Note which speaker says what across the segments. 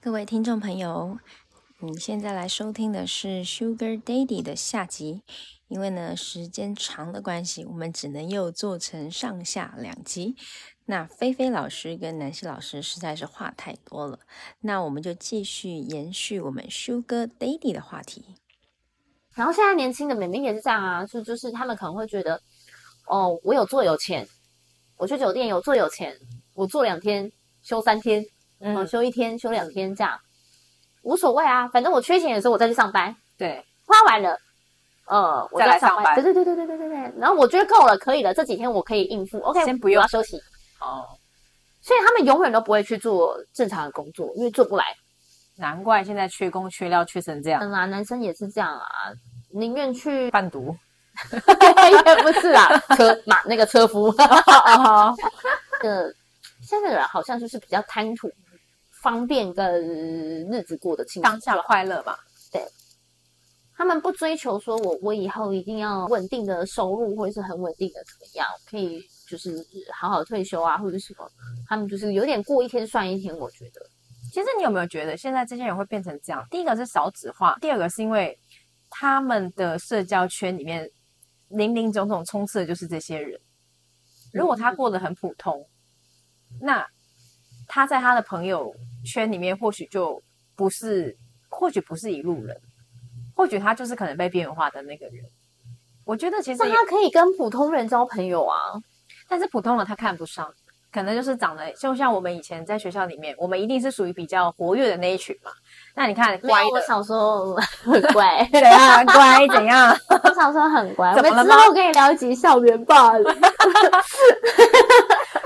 Speaker 1: 各位听众朋友，你现在来收听的是《Sugar Daddy》的下集，因为呢时间长的关系，我们只能又做成上下两集。那菲菲老师跟南希老师实在是话太多了，那我们就继续延续我们 Sugar Daddy 的话题。
Speaker 2: 然后现在年轻的妹妹也是这样啊，就就是他们可能会觉得，哦，我有做有钱，我去酒店有做有钱，我做两天休三天，嗯、休一天休两天这样，无所谓啊，反正我缺钱的时候我再去上班，
Speaker 3: 对，
Speaker 2: 花完了，呃，我
Speaker 3: 再来
Speaker 2: 上
Speaker 3: 上班
Speaker 2: 对对对对对对对对。然后我觉得够了，可以了，这几天我可以应付，OK，
Speaker 3: 先不用
Speaker 2: 我要休息。
Speaker 3: 哦，
Speaker 2: 所以他们永远都不会去做正常的工作，因为做不来。
Speaker 3: 难怪现在缺工缺料缺成这样，
Speaker 2: 嗯啊，男生也是这样啊，宁愿去，
Speaker 3: 贩毒。
Speaker 2: 也不是啊，车马那个车夫。
Speaker 3: 哦，
Speaker 2: 呃，现在的人好像就是比较贪图方便跟日子过得轻松
Speaker 3: 当，下快乐嘛，
Speaker 2: 他们不追求说我我以后一定要稳定的收入或者是很稳定的怎么样，可以就是好好退休啊或者什么，他们就是有点过一天算一天，我觉得
Speaker 3: 其实你有没有觉得现在这些人会变成这样？第一个是少子化，第二个是因为他们的社交圈里面林林总总充斥的就是这些人。如果他过得很普通，那他在他的朋友圈里面或许就不是，或许不是一路人，或许他就是可能被边缘化的那个人。我觉得其实
Speaker 2: 那
Speaker 3: 也
Speaker 2: 他可以跟普通人交朋友啊，
Speaker 3: 但是普通人他看不上，可能就是长得就像我们以前在学校里面，我们一定是属于比较活跃的那一群嘛。那你看
Speaker 2: 没有
Speaker 3: 乖
Speaker 2: 我
Speaker 3: 的
Speaker 2: 小时候 很乖，
Speaker 3: 怎样乖怎样，
Speaker 2: 我小时候很乖，我
Speaker 3: 怎么了
Speaker 2: 们之
Speaker 3: 吗
Speaker 2: 后跟你聊一集校园霸凌。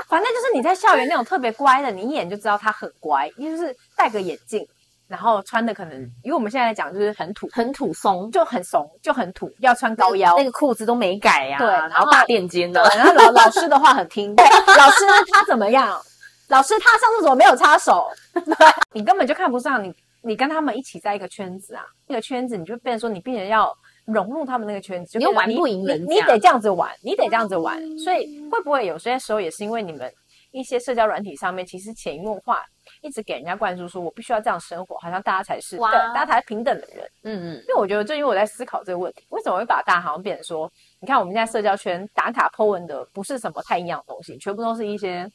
Speaker 3: 反正就是你在校园那种特别乖的，你一眼就知道他很乖，因为就是戴个眼镜，然后穿的可能，因为我们现在来讲就是很土，
Speaker 2: 很土松，
Speaker 3: 就很怂，就很土，要穿高腰。
Speaker 2: 那个裤子都没改呀、
Speaker 3: 对
Speaker 2: 然
Speaker 3: 然
Speaker 2: 后
Speaker 3: 后
Speaker 2: 大垫肩的，
Speaker 3: 然后老老师的话很听，对，老师他怎么样？老师他上厕所没有擦手， 你根本就看不上你，你跟他们一起在一个圈子啊，那个圈子你就变成说你必然要融入他们那个圈子，就
Speaker 2: 你又
Speaker 3: 变成
Speaker 2: 玩不赢人
Speaker 3: 你你
Speaker 2: 家
Speaker 3: 得这样子玩，你得这样子玩，所以会不会有些时候也是因为你们一些社交软体上面其实潜移默化一直给人家灌输说我必须要这样生活，好像大家才是对，
Speaker 2: 哇
Speaker 3: 大家才是平等的人。
Speaker 2: 嗯嗯，
Speaker 3: 因为我觉得，就因为我在思考这个问题，为什么会把大家好像变成说，你看我们现在社交圈打卡 po 文的不是什么太营养的东西，全部都是一些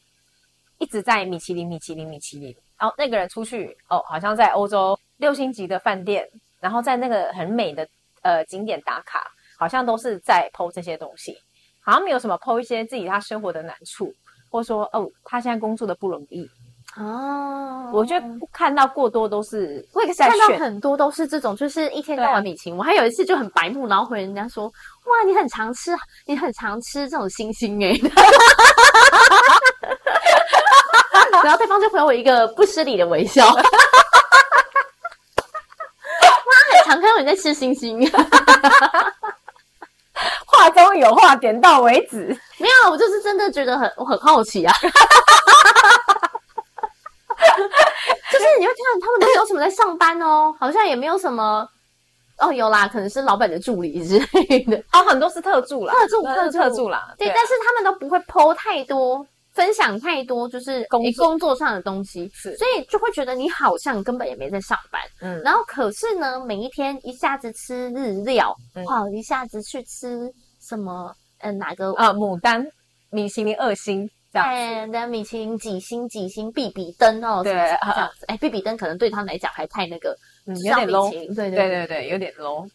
Speaker 3: 一直在米其林、米其林、米其林，然后那个人出去哦，好像在欧洲六星级的饭店，然后在那个很美的呃景点打卡，好像都是在 po 这些东西，好像没有什么 po 一些自己他生活的难处，或者说哦他现在工作的不容易，
Speaker 2: 哦，
Speaker 3: 我觉得看到过多都是
Speaker 2: 我也
Speaker 3: 在
Speaker 2: 看到
Speaker 3: 炫啊
Speaker 2: 很多都是这种，就是一天到晚米其林。我还有一次就很白目，然后回人家说：“哇，你很常吃，你很常吃这种星星哎、 然后对方就回我一个不失礼的微笑。 哇，很常看到你在吃星星。
Speaker 3: 话中有话，点到为止。
Speaker 2: 没有，我就是真的觉得很我很好奇啊。 就是你会看他们都没有什么在上班哦，好像也没有什么哦，有啦，可能是老板的助理之类 的。
Speaker 3: 哦，很多是特助啦，
Speaker 2: 特助
Speaker 3: 很多是
Speaker 2: 特
Speaker 3: 特
Speaker 2: 助
Speaker 3: 助啦，
Speaker 2: 对，
Speaker 3: 啊
Speaker 2: 但是他们都不会剖太多，分享太多，就是
Speaker 3: 工
Speaker 2: 你
Speaker 3: 作
Speaker 2: 工作上的东西，
Speaker 3: 是
Speaker 2: 所以就会觉得你好像根本也没在上班。
Speaker 3: 嗯
Speaker 2: 然后可是呢，每一天一下子吃日料，
Speaker 3: 嗯
Speaker 2: 哇，一下子去吃什么，嗯、哪个
Speaker 3: 啊，牡丹、米其林二星这样，
Speaker 2: 哎，那米其林几星几星必比登哦，
Speaker 3: 对
Speaker 2: 什么什么这
Speaker 3: 啊
Speaker 2: 样子。哎，必比登可能对他们来讲还太那个，
Speaker 3: 嗯，
Speaker 2: 就
Speaker 3: 有
Speaker 2: 像
Speaker 3: 点
Speaker 2: 米
Speaker 3: low，
Speaker 2: 其林对
Speaker 3: 对
Speaker 2: 对
Speaker 3: 对对，有点 low。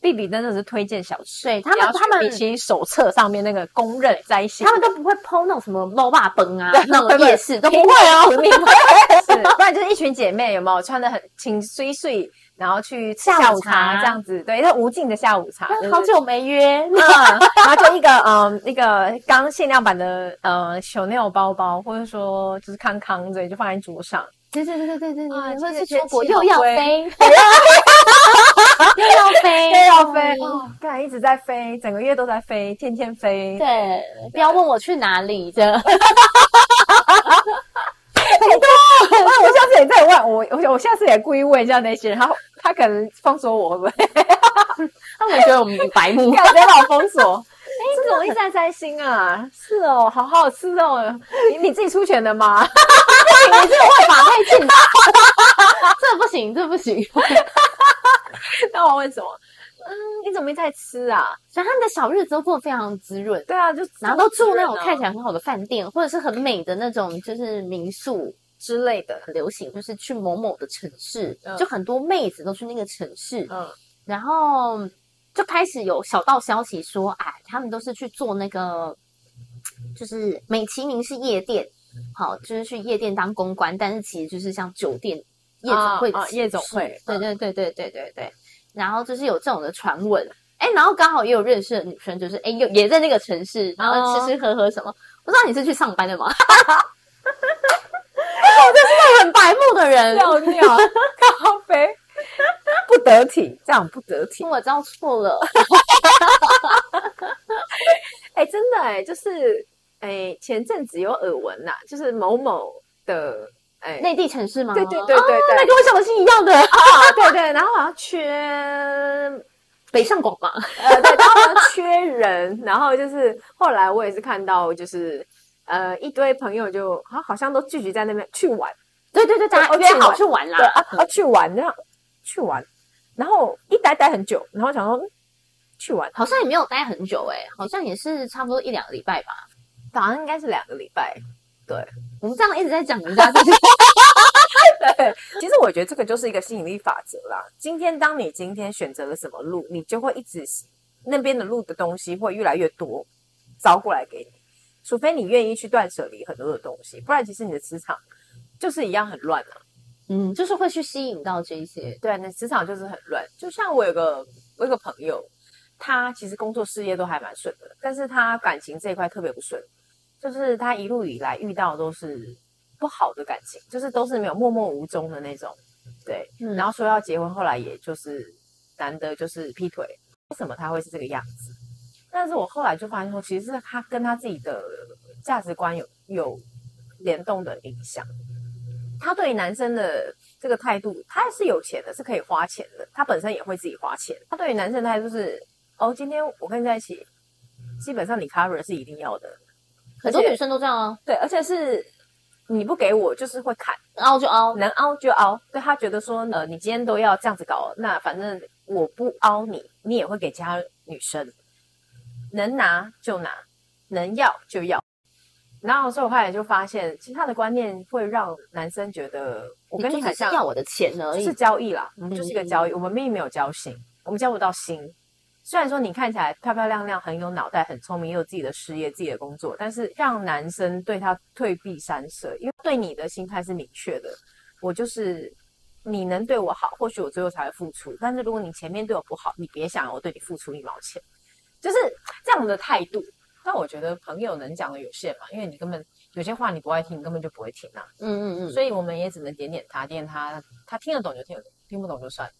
Speaker 3: 必比真的是推荐小吃，
Speaker 2: 对他们
Speaker 3: 不要去
Speaker 2: 他们
Speaker 3: 米其林手册上面那个公认摘星，
Speaker 2: 他们都不会剖那种什么肉霸崩 啊
Speaker 3: 对，
Speaker 2: 那种夜市都不会
Speaker 3: 哦，
Speaker 2: 哦。
Speaker 3: 你 不会是，不然就是一群姐妹有没有穿的很清碎碎，然后去吃
Speaker 2: 下
Speaker 3: 下
Speaker 2: 午
Speaker 3: 午
Speaker 2: 茶
Speaker 3: 茶这样子，对，那无尽的下午茶，就是
Speaker 2: 好久没 约，
Speaker 3: 嗯，然后就一个嗯，那个刚限量版的呃 Chanel 包包，或者说就是康康之类，就放在桌上。
Speaker 2: 对对对对对对
Speaker 3: 啊
Speaker 2: 对，
Speaker 3: 今
Speaker 2: 或者是
Speaker 3: 天
Speaker 2: 出国
Speaker 3: 天气好
Speaker 2: 又要
Speaker 3: 灰
Speaker 2: 飞， 又要飞，
Speaker 3: 又要飞，
Speaker 2: 嗯
Speaker 3: 对，一直在飞，整个月都在飞，天天飞。
Speaker 2: 对，不要问我去哪里 的，
Speaker 3: 那 我下次也再问我，我我下次也故意问一下那些人，他他可能封锁我会不 会？
Speaker 2: 他们觉得我们白 目。
Speaker 3: 看谁老封锁？哎，这种一直在摘星啊？是哦，好好吃哦。你你自己出钱的吗？
Speaker 2: 你这个外法太近了，这不 行。
Speaker 3: 那我问什么？嗯，你怎么一直在吃啊？
Speaker 2: 所以他们的小日子都过得非常滋润，
Speaker 3: 对啊，就
Speaker 2: 然后都住那种看起
Speaker 3: 来
Speaker 2: 来很好的饭店，或者是很美的那种，就是民宿。
Speaker 3: 之类的，
Speaker 2: 很流行，就是去某某的城市，
Speaker 3: 嗯
Speaker 2: 就很多妹子都去那个城市，
Speaker 3: 嗯，
Speaker 2: 然后就开始有小道消息说，哎，他们都是去做那个，就是美其名是夜店，好，就是去夜店当公关，但是其实就是像酒店夜总会的
Speaker 3: 啊啊
Speaker 2: 形式、
Speaker 3: 夜总会
Speaker 2: 对
Speaker 3: 嗯
Speaker 2: 对对对对对对，然后就是有这种的传闻。哎，然后刚好也有认识的女生，就是哎，又也在那个城市，然后吃
Speaker 3: 哦
Speaker 2: 吃喝喝什么。我知道你是去上班的吗？ 哎 我就是那种很白目的人，
Speaker 3: 尿尿 咖啡不得体，这样不得体。
Speaker 2: 我知道错了。
Speaker 3: 哎、真的哎、就是哎、前阵子有耳闻呐、就是某某的哎、
Speaker 2: 内地城市吗？
Speaker 3: 对对对对对
Speaker 2: 啊那跟我想的是一样的。
Speaker 3: 啊对对，然后好像缺呃
Speaker 2: 北上广嘛，
Speaker 3: 对，然后好像缺人，然后就是后来我也是看到就是。呃，一堆朋友就好，好像都聚集在那边去玩，
Speaker 2: 对对对，大家
Speaker 3: 哦
Speaker 2: 约
Speaker 3: 去玩
Speaker 2: 好去玩
Speaker 3: 对
Speaker 2: 啦。
Speaker 3: 啊啊，去玩，然后去玩，然后一待待很久，然后想说嗯去玩，
Speaker 2: 好像也没有待很久哎、好像也是差不多一两个礼拜吧。
Speaker 3: 好像应该是两个礼拜。
Speaker 2: 我们这样一直在讲人家，就是
Speaker 3: 对，其实我觉得这个就是一个吸引力法则啦。今天当你今天选择了什么路，你就会一直那边的路的东西会越来越多招过来给你，除非你愿意去断舍离很多的东西，不然其实你的磁场就是一样很乱啊。
Speaker 2: 嗯，就是会去吸引到这一些。
Speaker 3: 对，那职场就是很乱。就像我有个我有个朋友，他其实工作事业都还蛮顺的，但是他感情这一块特别不顺，就是他一路以来遇到都是不好的感情，就是都是没有默默无踪的那种。对，
Speaker 2: 嗯
Speaker 3: 然后说要结婚，后来也就是难得就是劈腿，为什么他会是这个样子？但是我后来就发现说，其实是他跟他自己的价值观有有联动的影响。他对于男生的这个态度，他是有钱的，是可以花钱的，他本身也会自己花钱。他对于男生的态度是，哦，今天我跟你在一起，基本上你 cover 是一定要的，
Speaker 2: 很多
Speaker 3: 而且
Speaker 2: 女生都这样啊，
Speaker 3: 对，而且是你不给我就是会砍。
Speaker 2: 凹就哦凹，
Speaker 3: 能凹就凹。对他觉得说，呃，你今天都要这样子搞，那反正我不凹你，你也会给其他女生。能拿就拿，能要就要。然后，所以我后来就发现，其实他的观念会让男生觉得我跟
Speaker 2: 就
Speaker 3: 你
Speaker 2: 只
Speaker 3: 很
Speaker 2: 是
Speaker 3: 像，啊
Speaker 2: 要我的钱而
Speaker 3: 就
Speaker 2: 已
Speaker 3: 是。交易啦，
Speaker 2: 嗯
Speaker 3: 就是一个交易。我们并没有交心，我们交不到心。虽然说你看起来漂漂亮亮，很有脑袋，很聪明，又有自己的事业、自己的工作，但是让男生对他退避三舍，因为对你的心态是明确的。我就是你能对我好，或许我最后才会付出。但是如果你前面对我不好，你别想我对你付出一毛钱，就是这样的态度。但我觉得朋友能讲的有限嘛，因为你根本有些话你不爱听，你根本就不会听啊。
Speaker 2: 嗯嗯嗯
Speaker 3: 所以我们也只能点点他，点点他，他听得懂就听得懂，听不懂就算了。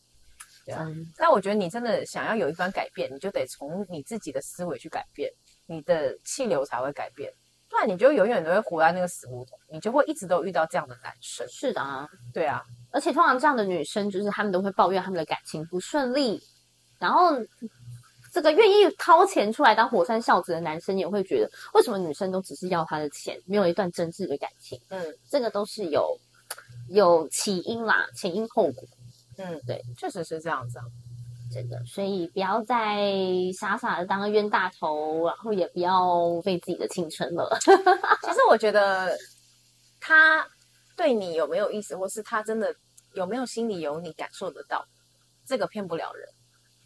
Speaker 3: 对啊
Speaker 2: 嗯，
Speaker 3: 但我觉得你真的想要有一番改变，你就得从你自己的思维去改变，你的气流才会改变，不然你就永远都会活在那个死胡同，你就会一直都遇到这样的男生。
Speaker 2: 是的啊。
Speaker 3: 对啊，
Speaker 2: 而且通常这样的女生，就是她们都会抱怨她们的感情不顺利，然后这个愿意掏钱出来当火山孝子的男生也会觉得，为什么女生都只是要他的钱，没有一段真挚的感情？
Speaker 3: 嗯
Speaker 2: 这个都是有有起因啦，前因后果，
Speaker 3: 嗯，
Speaker 2: 对，
Speaker 3: 确实是这样子啊。
Speaker 2: 真的。所以不要再傻傻的当个冤大头，然后也不要费自己的青春 了。
Speaker 3: 其实我觉得他对你有没有意思，或是他真的有没有心里有你感受得到，这个骗不了人。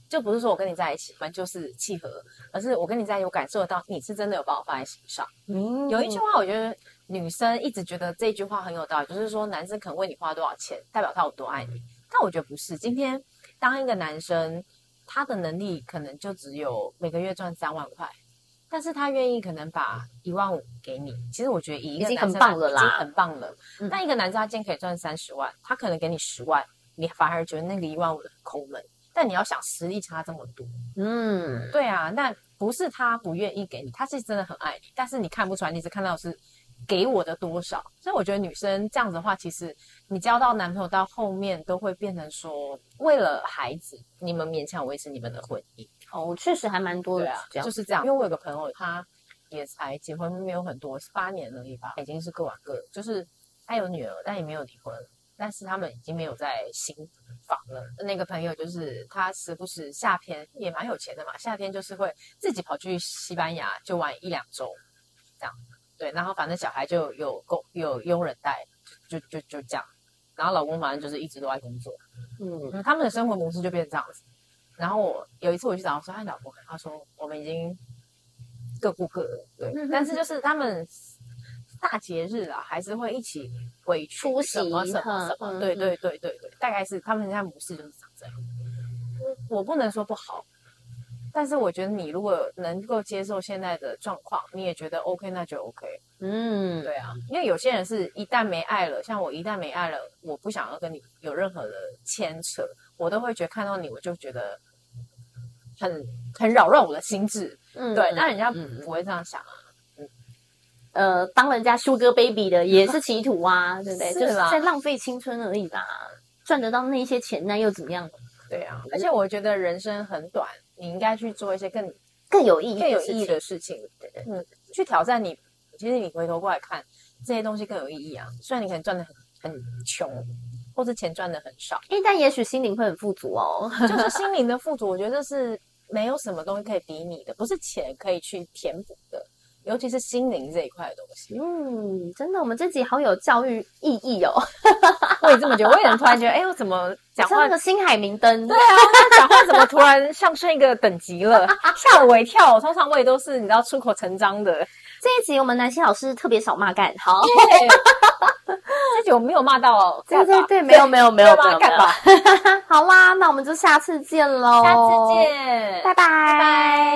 Speaker 3: 就不是说我跟你在一起，反正就是契合，而是我跟你在一起，我感受得到你是真的有把我放在心上。
Speaker 2: 嗯
Speaker 3: 有一句话，我觉得女生一直觉得这句话很有道理，就是说男生肯为你花多少钱，代表他有多爱你。但我觉得不是，今天当一个男生，他的能力可能就只有每个月赚三万块，但是他愿意可能把一万五给你，其实我觉得以一个
Speaker 2: 已经
Speaker 3: 男生
Speaker 2: 很棒了啦
Speaker 3: 已经很棒了。
Speaker 2: 嗯
Speaker 3: 但一个男生他今天可以赚三十万，他可能给你十万，你反而觉得那个一万五很抠门。但你要想实力差这么多，
Speaker 2: 嗯，
Speaker 3: 对啊，那不是他不愿意给你，他是真的很爱你，但是你看不出来，你只看到的是给我的多少。所以我觉得女生这样子的话，其实你交到男朋友到后面都会变成说，为了孩子，你们勉强维持你们的婚姻。
Speaker 2: 哦，确实还蛮多的
Speaker 3: 对啊
Speaker 2: 是这，样
Speaker 3: 就。是这样。因为我有个朋友，他也才结婚没有很多，八年而已吧，已经是各玩各的，就是他有女儿，但也没有离婚。但是他们已经没有在新房了。那个朋友就是他时不时夏天也蛮有钱的嘛，夏天就是会自己跑去西班牙就玩一两周，这样对。然后反正小孩就有工有佣人带，就就就就这样。然后老公反正就是一直都在工作，
Speaker 2: 嗯，
Speaker 3: 嗯，他们的生活模式就变成这样子。然后我有一次我去找他说，哎，老公，他说我们已经各顾各的，
Speaker 2: 嗯
Speaker 3: 对，但是就是他们大节日啊，还是会一起回去
Speaker 2: 出席
Speaker 3: 什么什么什么，
Speaker 2: 嗯
Speaker 3: 对对对对对，大概是他们家模式就是长这样。我不能说不好，但是我觉得你如果能够接受现在的状况，你也觉得 OK，那就 OK。
Speaker 2: 嗯，
Speaker 3: 对啊，因为有些人是一旦没爱了，像我一旦没爱了，我不想要跟你有任何的牵扯，我都会觉得看到你我就觉得很很扰乱我的心智。
Speaker 2: 嗯
Speaker 3: 对，那人家
Speaker 2: 嗯
Speaker 3: 不会这样想啊，
Speaker 2: 呃，当人家 Sugar Baby 的也是歧途 啊，对不对？
Speaker 3: 是
Speaker 2: 就是
Speaker 3: 啦
Speaker 2: 在浪费青春而已啦，赚得到那些钱那又怎么样？
Speaker 3: 对
Speaker 2: 嗯
Speaker 3: 啊。而且我觉得人生很短，你应该去做一些更
Speaker 2: 更有意义，
Speaker 3: 更有意义
Speaker 2: 的事
Speaker 3: 的事情，嗯，去挑战你。其实你回头过来看，这些东西更有意义啊。虽然你可能赚的很很穷，或是钱赚的很少。
Speaker 2: 情。哎，但也许心灵会很富足哦。
Speaker 3: 就是心灵的富足，我觉得是没有什么东西可以比拟的，不是钱可以去填补的，尤其是心灵这一块的东西。
Speaker 2: 嗯，真的，我们这集好有教育意义哦。
Speaker 3: 我也这么觉得，我也能突然觉得，哎、我怎么讲
Speaker 2: 像
Speaker 3: 话啊
Speaker 2: 那个星海明灯，对，
Speaker 3: 讲话怎么突然上升一个等级了，吓了我一跳。通常我也都是你知道出口成章的，
Speaker 2: 这一集我们南希老师特别少骂干，好，
Speaker 3: 这集我没有骂到，
Speaker 2: 对对对，没
Speaker 3: 没有
Speaker 2: 有 没有没有没有，
Speaker 3: 干
Speaker 2: 没有
Speaker 3: 吧，
Speaker 2: 哦好啦，那我们就下次见喽，
Speaker 3: 下次，见，
Speaker 2: 拜拜。